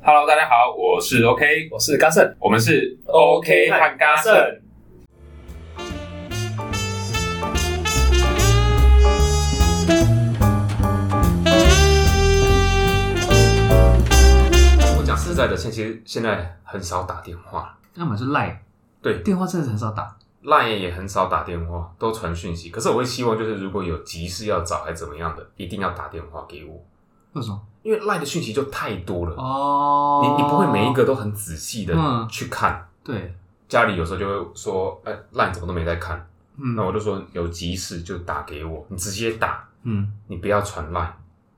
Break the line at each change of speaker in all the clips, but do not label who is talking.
Hello，大家好，我是 OK，
我是嘉盛，
我们是
OK
和
嘉
嘎
盛
盛。
我讲实在的，现其实现在很少打电话，
要么就赖，
对
电话真的是很少打。
，Line 也很少打电话，都传讯息。可是我会希望，就是如果有急事要找还怎么样的，一定要打电话给我，
为什么？
因为 Line 的讯息就太多了，
哦，
你你不会每一个都很仔细的
嗯
去看。
对，
家里有时候就会说，哎、l i n e 怎么都没在看，
嗯，
那我就说有急事就打给我，你直接打，
嗯，
你不要传 Line，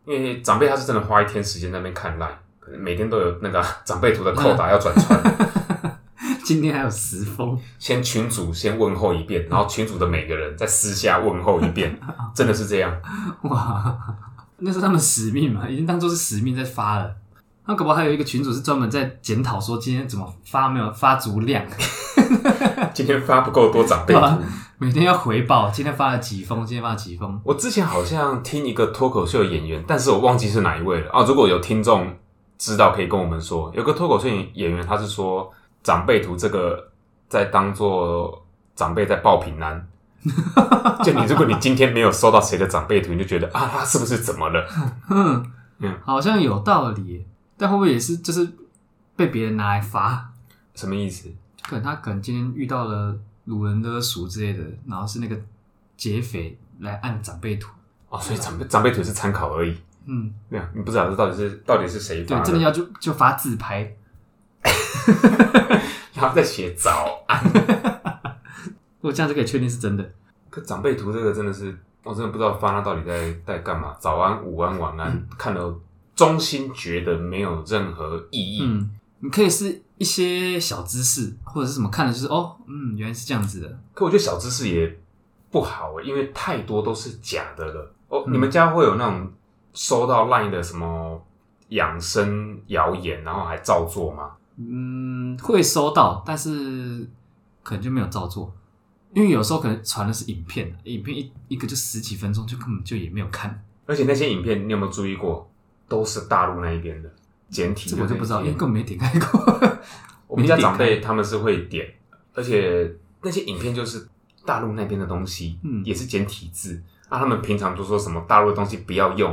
因为长辈他是真的花一天时间在那边看 Line，可能每天都有那个长辈图的扣打要转
嗯
传。
今天还有十封，
先群主先问候一遍，然后群主的每个人再私下问候一 遍，真的是这样。
哇，那是他们使命嘛，已经当做是使命在发了。那搞不好还有一个群主是专门在检讨说今天怎么发没有发足量，
今天发不够多长辈图
对啊。每天要回报今天发了几封，今天发了几封。
我之前好像听一个脱口秀演员，但是我忘记是哪一位了啊、如果有听众知道，可以跟我们说，有个脱口秀演员，他是说长辈图这个在当做长辈在报平 安。就你，如果你今天没有收到谁的长辈图，你就觉得啊，他是不是怎么了？
嗯
嗯，
好像有道理耶，但会不会也是就是被别人拿来发？
什么意思？
可能他可能今天遇到了掳人勒赎之类的，然后是那个劫匪来按长辈图。
哦，所以长辈长辈图是参考而已。
嗯，
对啊，你不知道这到底是到底是谁发
对，真的要就就发自拍，
然后再写早啊安。
如果这样就可以确定是真的。
可长辈图这个真的是，我真的不知道发那到底在在干嘛。早安、午安、晚
嗯
安，看了衷心觉得没有任何意义。
嗯，你可以是一些小知识，或者是什么看的，就是哦，嗯，原来是这样子的。
可我觉得小知识也不好、欸，因为太多都是假的了。哦，
嗯
你们家会有那种收到 LINE 的什么养生谣言，然后还照做吗？
嗯，会收到，但是可能就没有照做，因为有时候可能传的是影片，影片一一个就十几分钟，就根本就也没有看，
而且那些影片，你有没有注意过，都是大陆那一边的简体
这
的那
个
一边。
我就不知道，因为根本没点开过。
我们家长
没
辈
点
他们是会点，而且那些影片就是大陆那边的东西，
嗯
也是简体字。啊，他们平常都说什么大陆的东西不要 用，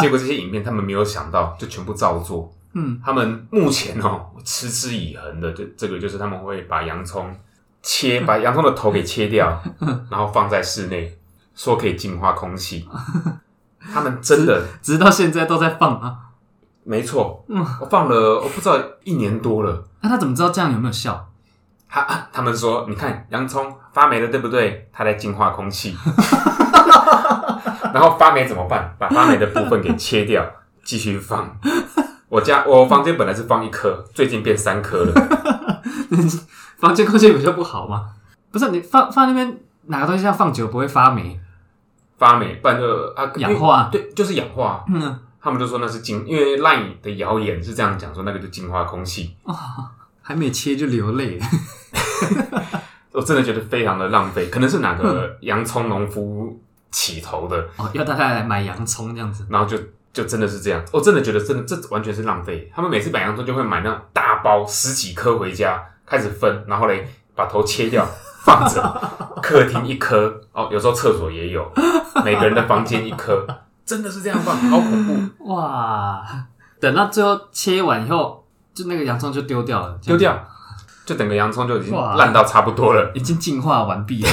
结果这些影片他们没有想到，就全部照做。
嗯，
他们目前哦，持之以恒的，就这个就是他们会把洋葱 切，把洋葱的头给切掉，然后放在室内，说可以净化空 气。他们真的
直到现在都在放啊。
没错，
嗯，
我放了我不知道一年多了。
那、他怎么知道这样有没有效？
他 啊他们说，你看洋葱发霉了，对不对？它在净化空气。 然后发霉怎么办？把发霉的部分给切掉， 继续放。我家我房间本来是放一颗，最近变三颗了。
房间空气比较不好吗？不是，你放放在那边哪个东西要放久不会发霉？
发霉，不然就啊
氧化
因为对，就是氧化。
嗯啊
他们就说那是净，因为赖的谣言是这样讲说，那个就净化空气。
哇，还没切就流泪 了。
我真的觉得非常的浪费，可能是哪个洋葱农夫起头的，
哦，要大家来买洋葱这样子。
然后就就真的是这样，我真的觉得真的这完全是浪费。他们每次买洋葱就会买那种大包十几颗回家，开始分，然后嘞把头切掉放着，客厅一颗哦，有时候厕所也有，每个人的房间一颗，真的是这样放，好恐 怖，
哇，等到最后切完以后，就那个洋葱就丢掉了，
丢，掉，就整个洋葱就已经
哇
烂到差不多了，
已经进化完毕了。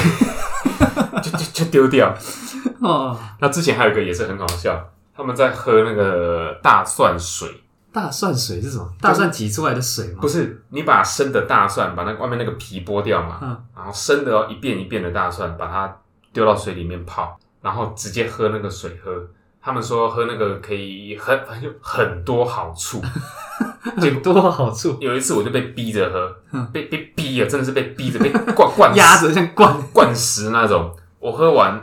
就就就丢掉。
哦，
那之前还有一个也是很好笑，他们在喝那个大蒜水。
大蒜水是什么？大蒜挤出来的水吗？
不是，你把生的大蒜，把那个外面那个皮剥掉嘛，
嗯
然后生的哦一遍一遍的大蒜，把它丢到水里面泡，然后直接喝那个水喝。他们说喝那个可以很很有很多好 处。
很多好 处，
有一次我就被逼着喝
嗯，
被被逼啊，真的是被逼着 被灌灌
压着像灌。
灌食那种。我喝完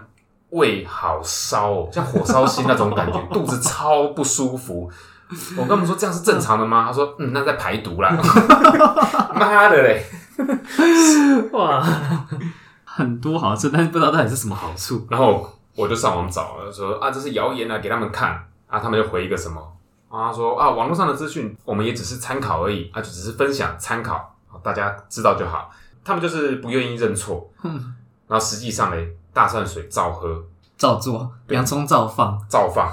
胃好烧哦，像火烧心那种感 觉，肚子超不舒服。我跟他们说这样是正常的吗？他说嗯，那在排毒 啦。妈的嘞！
哇， 很多好处，但是不知道到底是什么好处。
然后我就上网找，我就说啊，这是谣言啊，给他们看啊，他们就回一个什么，然后他说啊，网络上的资讯我们也只是参考而已，啊，就只是分享参考，啊大家知道就好。他们就是不愿意认错，
哼
然后实际上嘞，大蒜水照喝
嗯照做，
对
洋葱照放，
照放。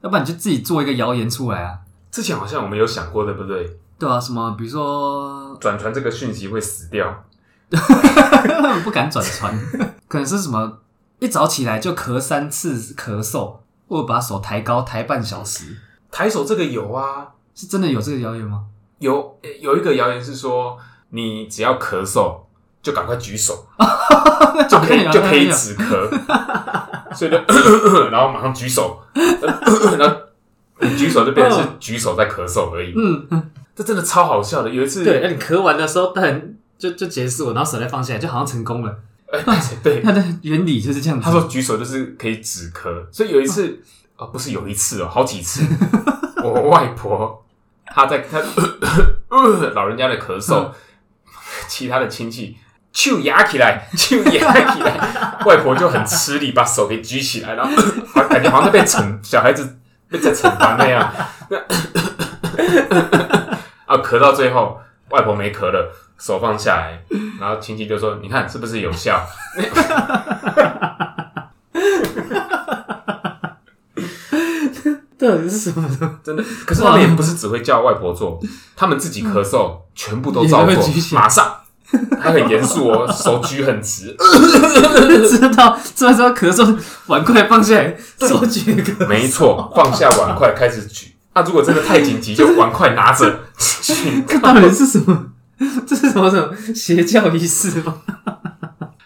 要不然你就自己做一个谣言出来啊，
之前好像我们有想过，对不对？
对啊，什么比如说
转传这个讯息会死掉，
不敢转传，可能是什么一早起来就咳三次咳嗽，或者把手抬高抬半小时，
抬手这个有啊，
是真的有这个谣言吗？
有诶有一个谣言是说，你只要咳嗽就赶快举 手，就可以就可以止咳， 所以就 然后马上举手，然后你举手就变成是举手在咳嗽而已，
嗯，
这真的超好笑的。有一次，
对，那你咳完的时候，但就就结束，然后手再放下来，就好像成功了。
哎，对，
它的原理就是这样子。
他说举手就是可以止咳，所以有一次，呃，不是有一次哦，好几次，我外婆她在她呃老人家的咳嗽，其他的亲戚就压起来，就压起来，外婆就很吃力，把手给举起来，然后好感觉好像在被惩小孩子被在惩罚那样，啊，咳到最后，外婆没咳了，手放下来，然后亲戚就说：“你看是不是有效？”
到底是什么呢？
真的，可是他们也不是只会叫外婆做，他们自己咳嗽全部都照
也
做
会举，起来
马上，他很严肃哦，手举很直，
知道，知道知道咳嗽，碗筷放下来，手举一个。
没错，放下碗筷开始举。那如果真的太紧急，就碗筷拿着举。
这到底是什么？这是什么什么邪教仪式吗？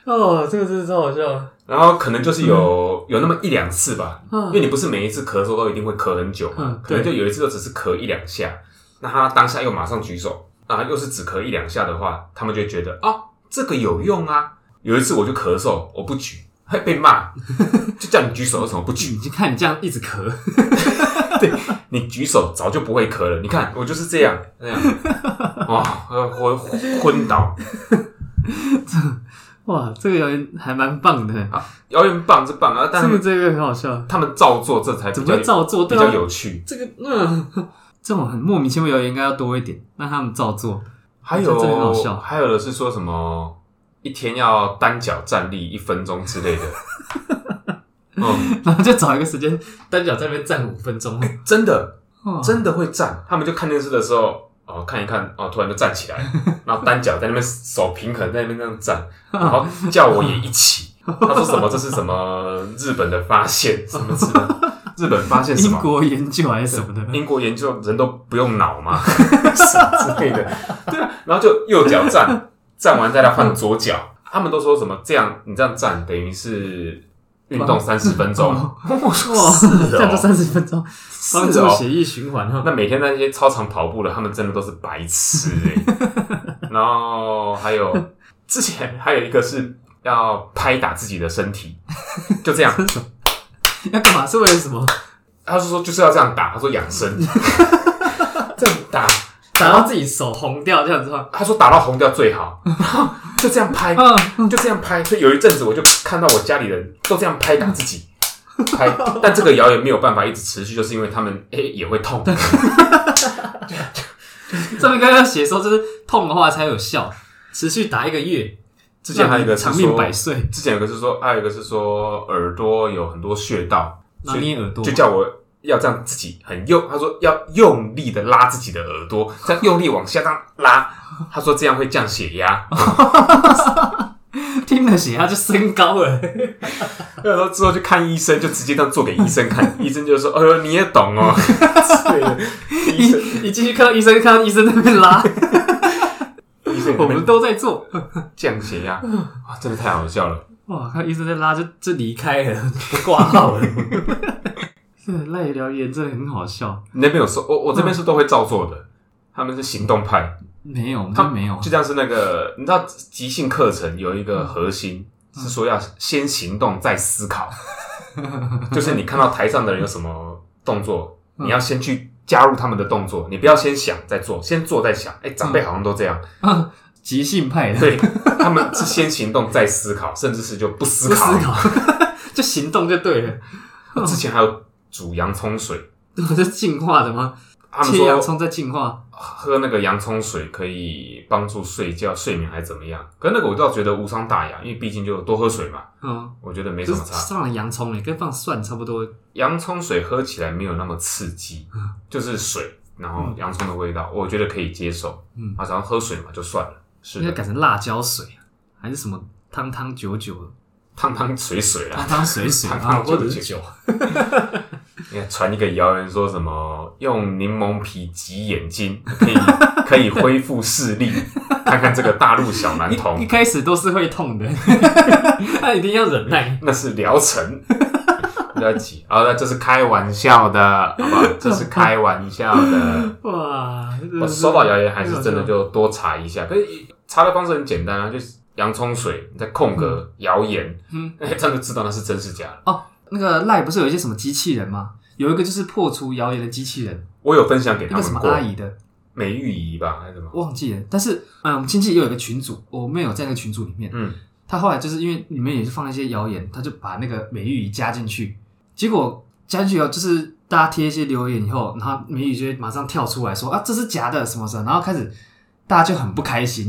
哦，这个真的超好笑。
然后可能就是有有那么一两次吧，
嗯
因为你不是每一次咳嗽都一定会咳很久嘛
嗯，
可能就有一次就只是咳一两下，那他当下又马上举手，啊，又是只咳一两下的话，他们就会觉得哦，这个有用啊。有一次我就咳嗽，我不举，还被骂， 就叫你举手，为什么不举？
你就看你这样一直咳，
你举手早就不会咳了。你看我就是这样，这 样，哇，昏昏倒。
哇，这个谣言还蛮棒的，
谣言棒是棒啊，但
这
他
个
们
这个很好笑，
他们照做，这才
怎
比
么
较
会照做？
比
对
较
啊，
有趣。
这个嗯， 这种很莫名其妙的谣言应该要多一点，让他们照做。
还
我觉得这很好
有
笑
还有的是说什么一天要单脚站立一分钟之类的。 嗯，
然后就找一个时间单脚在那边站五分钟，
真的
哦
真的会站，他们就看电视的时候。哦，看一看，哦，突然就站 起来，然后单脚在那边手平衡，在那边这样站，然后叫我也一起。他说什么？这是什么日本的发现？什么之类的？日本发现什
英
么？
国研究还是什么的，
英国研究人都不用脑吗？ 之类的，对啊，然后就右脚站，站完再来换左脚。他们都说什么这样，你这样站等于是运动三十分钟。
哦
我说
哇，
是哦
这样就三十分钟，帮
是
助
哦
血液循环哈。
那每天那些操场跑步的，他们真的都是白痴哎、然后还有之前还有一个是要拍打自己的身体，就这样。
要干嘛？是为了什 么？
他是说就是要这样打，他说养生， 这样打。
打到自己手红掉这样子吗？
他说打到红掉最好，然后 就这样拍，
啊，
就这样拍。所以有一阵子我就看到我家里人都这样拍打自己，拍。 但这个谣言没有办法一直持续，就是因为他们诶、也会痛。
上面刚刚写说就是痛的话才有效，持续打一个月，
之前还有一个是
长命
说，
百岁，
之前有一个是说，还啊有一个是说耳朵有很多穴道，
拿
所以
捏耳朵
就。叫我。要这样自己很用，他说要用力的拉自己的耳朵，这样用力往下这样拉，他说这样会降血压。
听了血压就升高了，
那时候之后去看医生，就直接这样做给医生看，医生就说：“哎呦，你也懂哦。”对的，医生
你继续看到医生，看到医生在那边拉，
医生
我们都在做。
降血压，哇，真的太好笑了。
哇，看医生在拉就就离开了，不挂号了。这赖谣言 真的很好笑。
你那边有说，我我这边是都会照做的，他们是行动派，
没有，我们
他
这没有
就。像是那个，你知道即兴课程有一个核心是说要先行动再思考，就是你看到台上的人有什么动作，
嗯
你要先去。加入他们的动作，你不要先想再做，先做再想。哎、长辈好像都这样，
啊，即兴派的，
对他们是先行动再思考，甚至是就不思
不
考。
思考，就行动就对了。
之前还有煮洋葱水，
我在进化的吗？
他们
切洋
说
葱在进化，
喝那个洋葱水可以帮助睡觉、睡眠还怎么样？可那个我倒觉得无伤大雅，因为毕竟就多喝水嘛，
嗯，
我觉得没什
就
么
是
差。
放了洋葱嘞，跟放蒜差不多。
洋葱水喝起来没有那么刺激
嗯，
就是水，然后
嗯
洋葱的味道，我觉得可以接受。
嗯，
啊，然后喝水嘛，就算了。是
应该
的，
改成辣椒水啊还是什么汤汤酒酒的，
汤汤水水
汤
啊！
汤水水
汤汤
啊，或者
久
是
久
酒。
你看传一个谣言说什么用柠檬皮挤眼睛可以可以恢复视力，看看这个大陆小男
一一
童，
开始都是会痛的， 他一定要忍耐。
那是疗程。不要挤，啊，那这是开玩笑的，好不好？这是开玩笑的。
哇，真的
我
是
收到谣言还是真的就多查一下，可是查的方式很简单啊，就是洋葱水再空格谣言，
嗯
哎， 这样就知道那是真是假了。
那个赖不是有一些什么机器人吗？有一个就是破除谣言的机器人，
我有分享给
那
他
个什
们
么
过
阿，姨的
美玉仪吧还是什么？
忘记了。但是，嗯，我们亲戚也有一个群组，我妹有在那个群组里面，
嗯，
他后来就是因为里面也是放了一些谣言，他就把那个美玉仪加进去，结果加进去以后，就是大家贴一些留言以后，然后美玉仪就会马上跳出来说啊这是假的什么什么，然后开始大家就很不开心，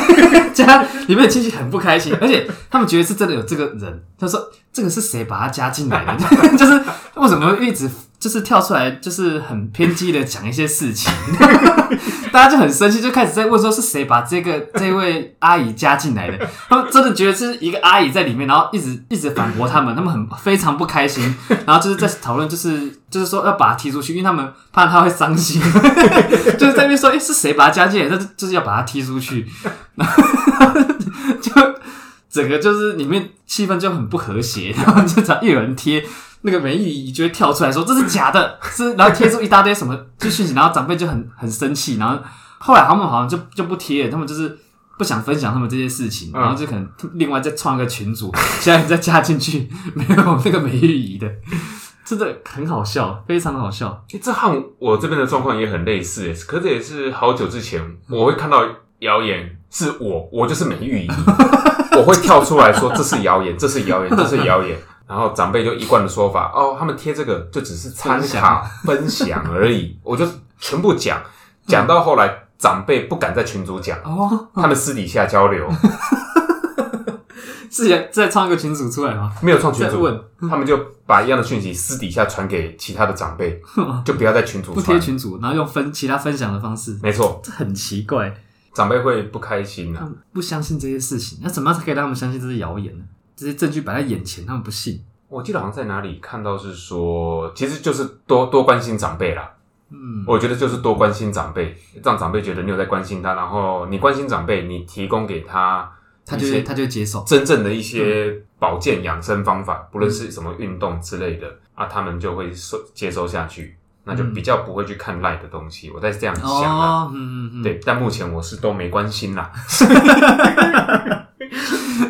家里面的亲戚很不开心，而且他们觉得是真的有这个人，他说这个是谁把他加进来的， 就是为什么会一直就是跳出来就是很偏激的讲一些事情。大家就很生气，就开始在问说是谁把这个这位阿姨加进来的？ 他们真的觉得是一个阿姨在里面，然后一直一直反驳他们，他们很非常不开心，然后就是在讨论，就是就是说要把他踢出去，因为他们怕他会伤心， 就是在那边说，哎、是谁把他加进来？就是就是要把他踢出去， 然后就整个就是里面气氛就很不和谐，然后就常又有人贴。那个美玉仪就会跳出来说这是假的，是然后贴出一大堆什么就讯息，然后长辈就很很生气，然后后来他们好像就就不贴了，他们就是不想分享他们这些事情，
嗯
然后就可能另外再创一个群组，现在再加进去没有那个美玉仪的， 真的很好笑，非常好笑。
哎这和我这边的状况也很类似，可是也是好久之前我会看到谣言，是我我就是美玉仪， 我会跳出来说这是谣言，这是谣言，这是谣言。然后长辈就一贯的说法，哦，他们贴这个就只是参考分享而已，我就全部讲，讲到后来长辈不敢在群组讲，
哦，
他们私底下交流，
是也再创一个群组出来吗？
没有创群
再
组
问，
他们就把一样的讯息私底下传给其他的长辈，就不要在群组
不贴
传。
群组，然后用分其他分享的方式，
没错，
这很奇怪，
长辈会不开心
他
啊。
们不相信这些事情，那怎么样才可以让他们相信这是谣言呢？这些证据摆在眼前，他们不信。
我记得好像在哪里看到是说，其实就是多多关心长辈啦。
嗯，
我觉得就是多关心长辈，让长辈觉得你有在关心他，然后你关心长辈，你提供给他
他
一
就会
些
他嗯就会接受。
真正的一些保健养生方法，不论
嗯
是什么运动之类的啊，他们就会收接收下去，那就
嗯
比较不会去看赖的东西。我在这样想啊。
哦，嗯嗯嗯，
对，但目前我是都没关心啦。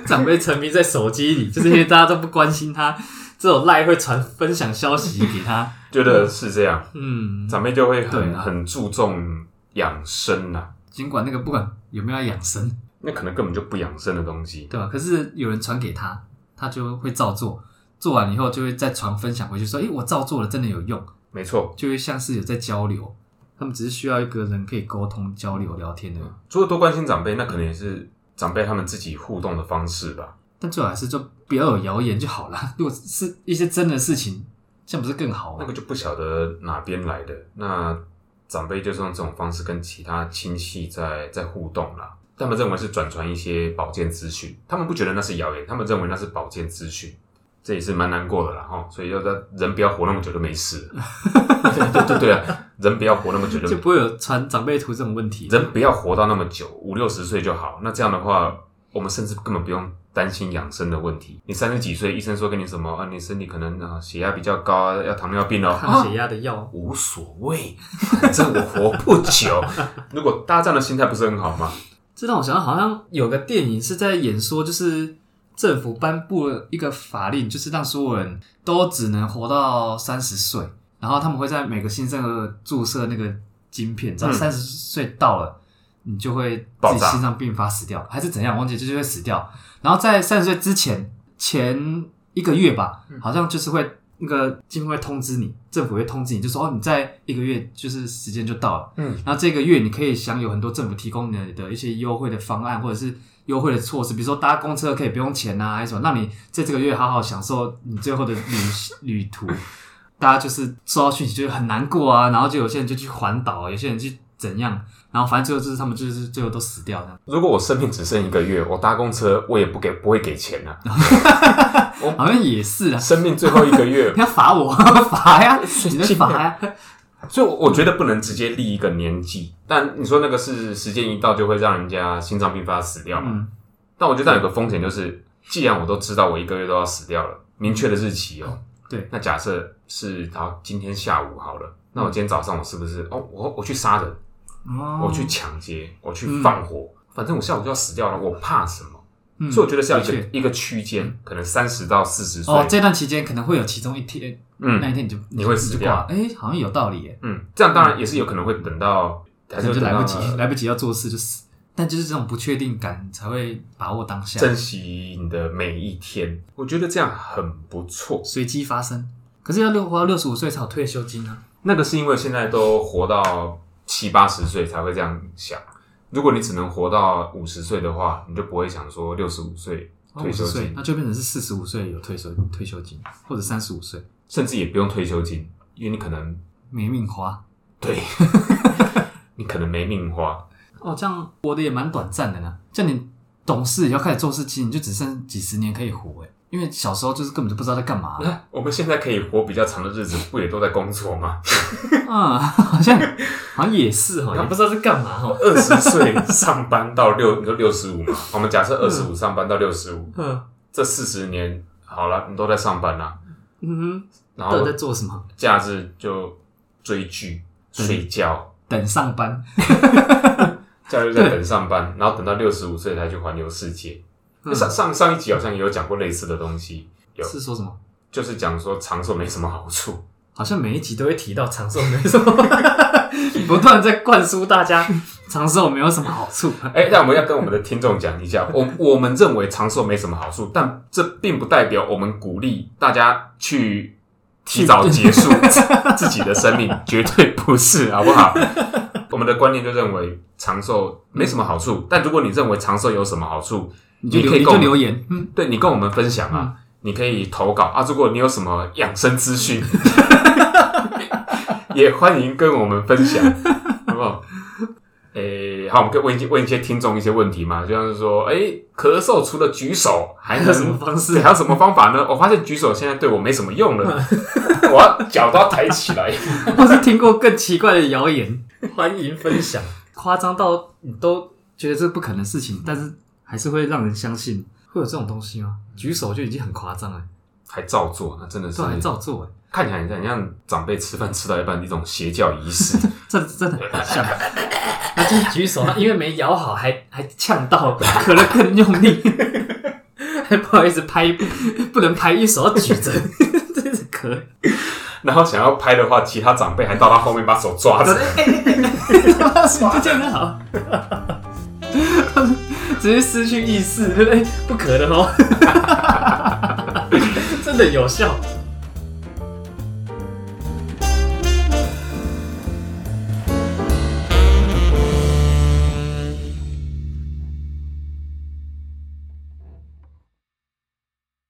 长辈沉迷在手机里， 就是因为大家都不关心他，这种赖会传分享消息给他。
觉得是这样，
嗯，
长辈就会很
对啊
很注重养生啦。
尽管那个不管有没有要养生，
那可能根本就不养生的东西，
对吧？可是有人传给他，他就会照做，做完以后就会再传分享回去，说：“诶、我照做了，真的有用。
没”错。
就会像是有在交流，他们只是需要一个人可以沟通、交流、聊天的。
除了多关心长辈，那可能也是长辈他们自己互动的方式吧。
但最好还是就不要有谣言就好了。 如果是一些真的事情，这样不是更好
那
吗
个？就不晓得哪边来的。那长辈就是用这种方式跟其他亲戚在在互动啦。他们认为是转传一些保健资讯，他们不觉得那是谣言，他们认为那是保健资讯，这也是蛮难过的啦哈。所以要在人不要活那么久就没事了。对对对对啊，人不要活那么久就
就不会有传长辈图这种问题。
人不要活到那么久，五六十岁就好。那这样的话，我们甚至根本不用担心养生的问题。你三十几岁，医生说跟你什么啊？你身体可能啊血压比较高啊，要糖尿病哦。
抗血压的药，
无所谓，反正我活不久。如果大家这样的心态不是很好吗？
这让我想到，好像有个电影是在演说，就是政府颁布了一个法令，就是让所有人都只能活到三十岁，然后他们会在每个新生儿注射那个晶片，只要
嗯
三十岁到了，你就会自
爆
己
炸
心脏病发死掉，还是怎样，忘记就是会死掉。然后在三十岁之前前一个月吧，好像就是会那个金会通知你，政府会通知你，就说哦，你在一个月就是时间就到了，
嗯，
然后这个月你可以享有很多政府提供你的一些优惠的方案，或者是优惠的措施，比如说搭公车可以不用钱啊，还是什么，让你在这个月好好享受你最后的旅旅途。 大家就是收到讯息就很难过啊，然后就有些人就去环岛啊，有些人去怎样，然后反正最后就是他们就是最后都死掉这样。
如果我生命只剩一个月，我搭公车我也不给不会给钱啊。
好像也是啊，
生命最后一个月
你，要罚我罚呀，你在罚呀。
所以我我觉得不能直接立一个年纪。但你说那个是时间一到就会让人家心脏病发死掉嘛？
嗯，
但我觉得那有个风险就是，既然我都知道我一个月都要死掉了，明确的日期哦。
对，
那假设是好今天下午好了，那我
嗯
今天早上我是不是哦我我去杀人，
哦
我去抢劫，我去放火，反正我下午就要死掉了，我怕什么？
嗯
所以我觉得是要一
的确嗯
个一个区间，可能三十到四十岁，
哦，这段期间可能会有其中一天，那一
嗯
天你就
你会死
就
掉
挂了。哎，好像有道理耶，
嗯，这样当然也是有可能会等到，还是
可能
会
就
等
来
到
不及，来不及要做事就死。但就是这种不确定感才会把握当下，
珍惜你的每一天，我觉得这样很不错。
随机发生。可是要六活到六十五岁才有退休金啊。
那个是因为现在都活到七八十岁才会这样想。如果你只能活到五十岁的话，你就不会想说六十五岁
哦
退休
50岁
金，
那就变成是四十五岁有退休退休金，或者三十五岁
甚至也不用退休金，因为你可能
没命花。
对，你可能没命花。
哦，这样活得也蛮短暂的呢。像你懂事也要开始做事情，你就只剩几十年可以活哎。因为小时候就是根本就不知道在 干嘛、
那、我们现在可以活比较长的日子，不也都在工作吗？
啊，好像好像也
哦
是哈，也不知道在干嘛哦哈。
二十岁上班到六，你说六十五嘛？我们假设二十五上班到六十五，
嗯
这四十年好了，你都在上班啦、
嗯
然
哼，到
后
底在做什么？
假日就追剧、睡觉。
等上班，
假日在等上班，然后等到六十五岁才去环游世界。
嗯
上上上一集好像也有讲过类似的东西，有
是说什么？
就是讲说长寿没什么好处。
好像每一集都会提到长寿没什么， 不断在灌输大家长寿没有什么好处。
哎、那我们要跟我们的听众讲一下， 我我们认为长寿没什么好处，但这并不代表我们鼓励大家去提早结束 自己的 生命，绝对不是，好不好？ 我们的观念就认为长寿没什么好处，但如果你认为长寿有什么好处，
你就
你
留
可以
你
跟
就
我们
留言，嗯，
对你跟我们分享啊，你可以投稿啊。如果你有什么养生资讯， 也欢迎跟我们分享，好不好？诶、好，我们可以问一些问一些听众一些问题嘛，就像是说，诶、咳嗽除了举手，还能
还有 什么方式
对还有什么方法呢？我发现举手现在对我没什么用了，我要脚都要抬起来。
或是听过更奇怪的谣言，欢迎分享。夸张到你都觉得这不可能的事情，但是还是会让人相信，会有这种东西吗？举手就已经很夸张了，
还照做，那真的是
都还照做哎、
看起来很像很像长辈吃饭吃到一半的一种邪教仪式。
这真的很像。他就是举手，他因为没摇好，还还呛到， 咳得更用力， 还不好意思拍，不能拍，一手要举着， 真是咳。
然后想要拍的话，其他长辈还到他后面把手抓着。
就这样好， 直接失 去意识，对不对？不咳的哦，真的有效。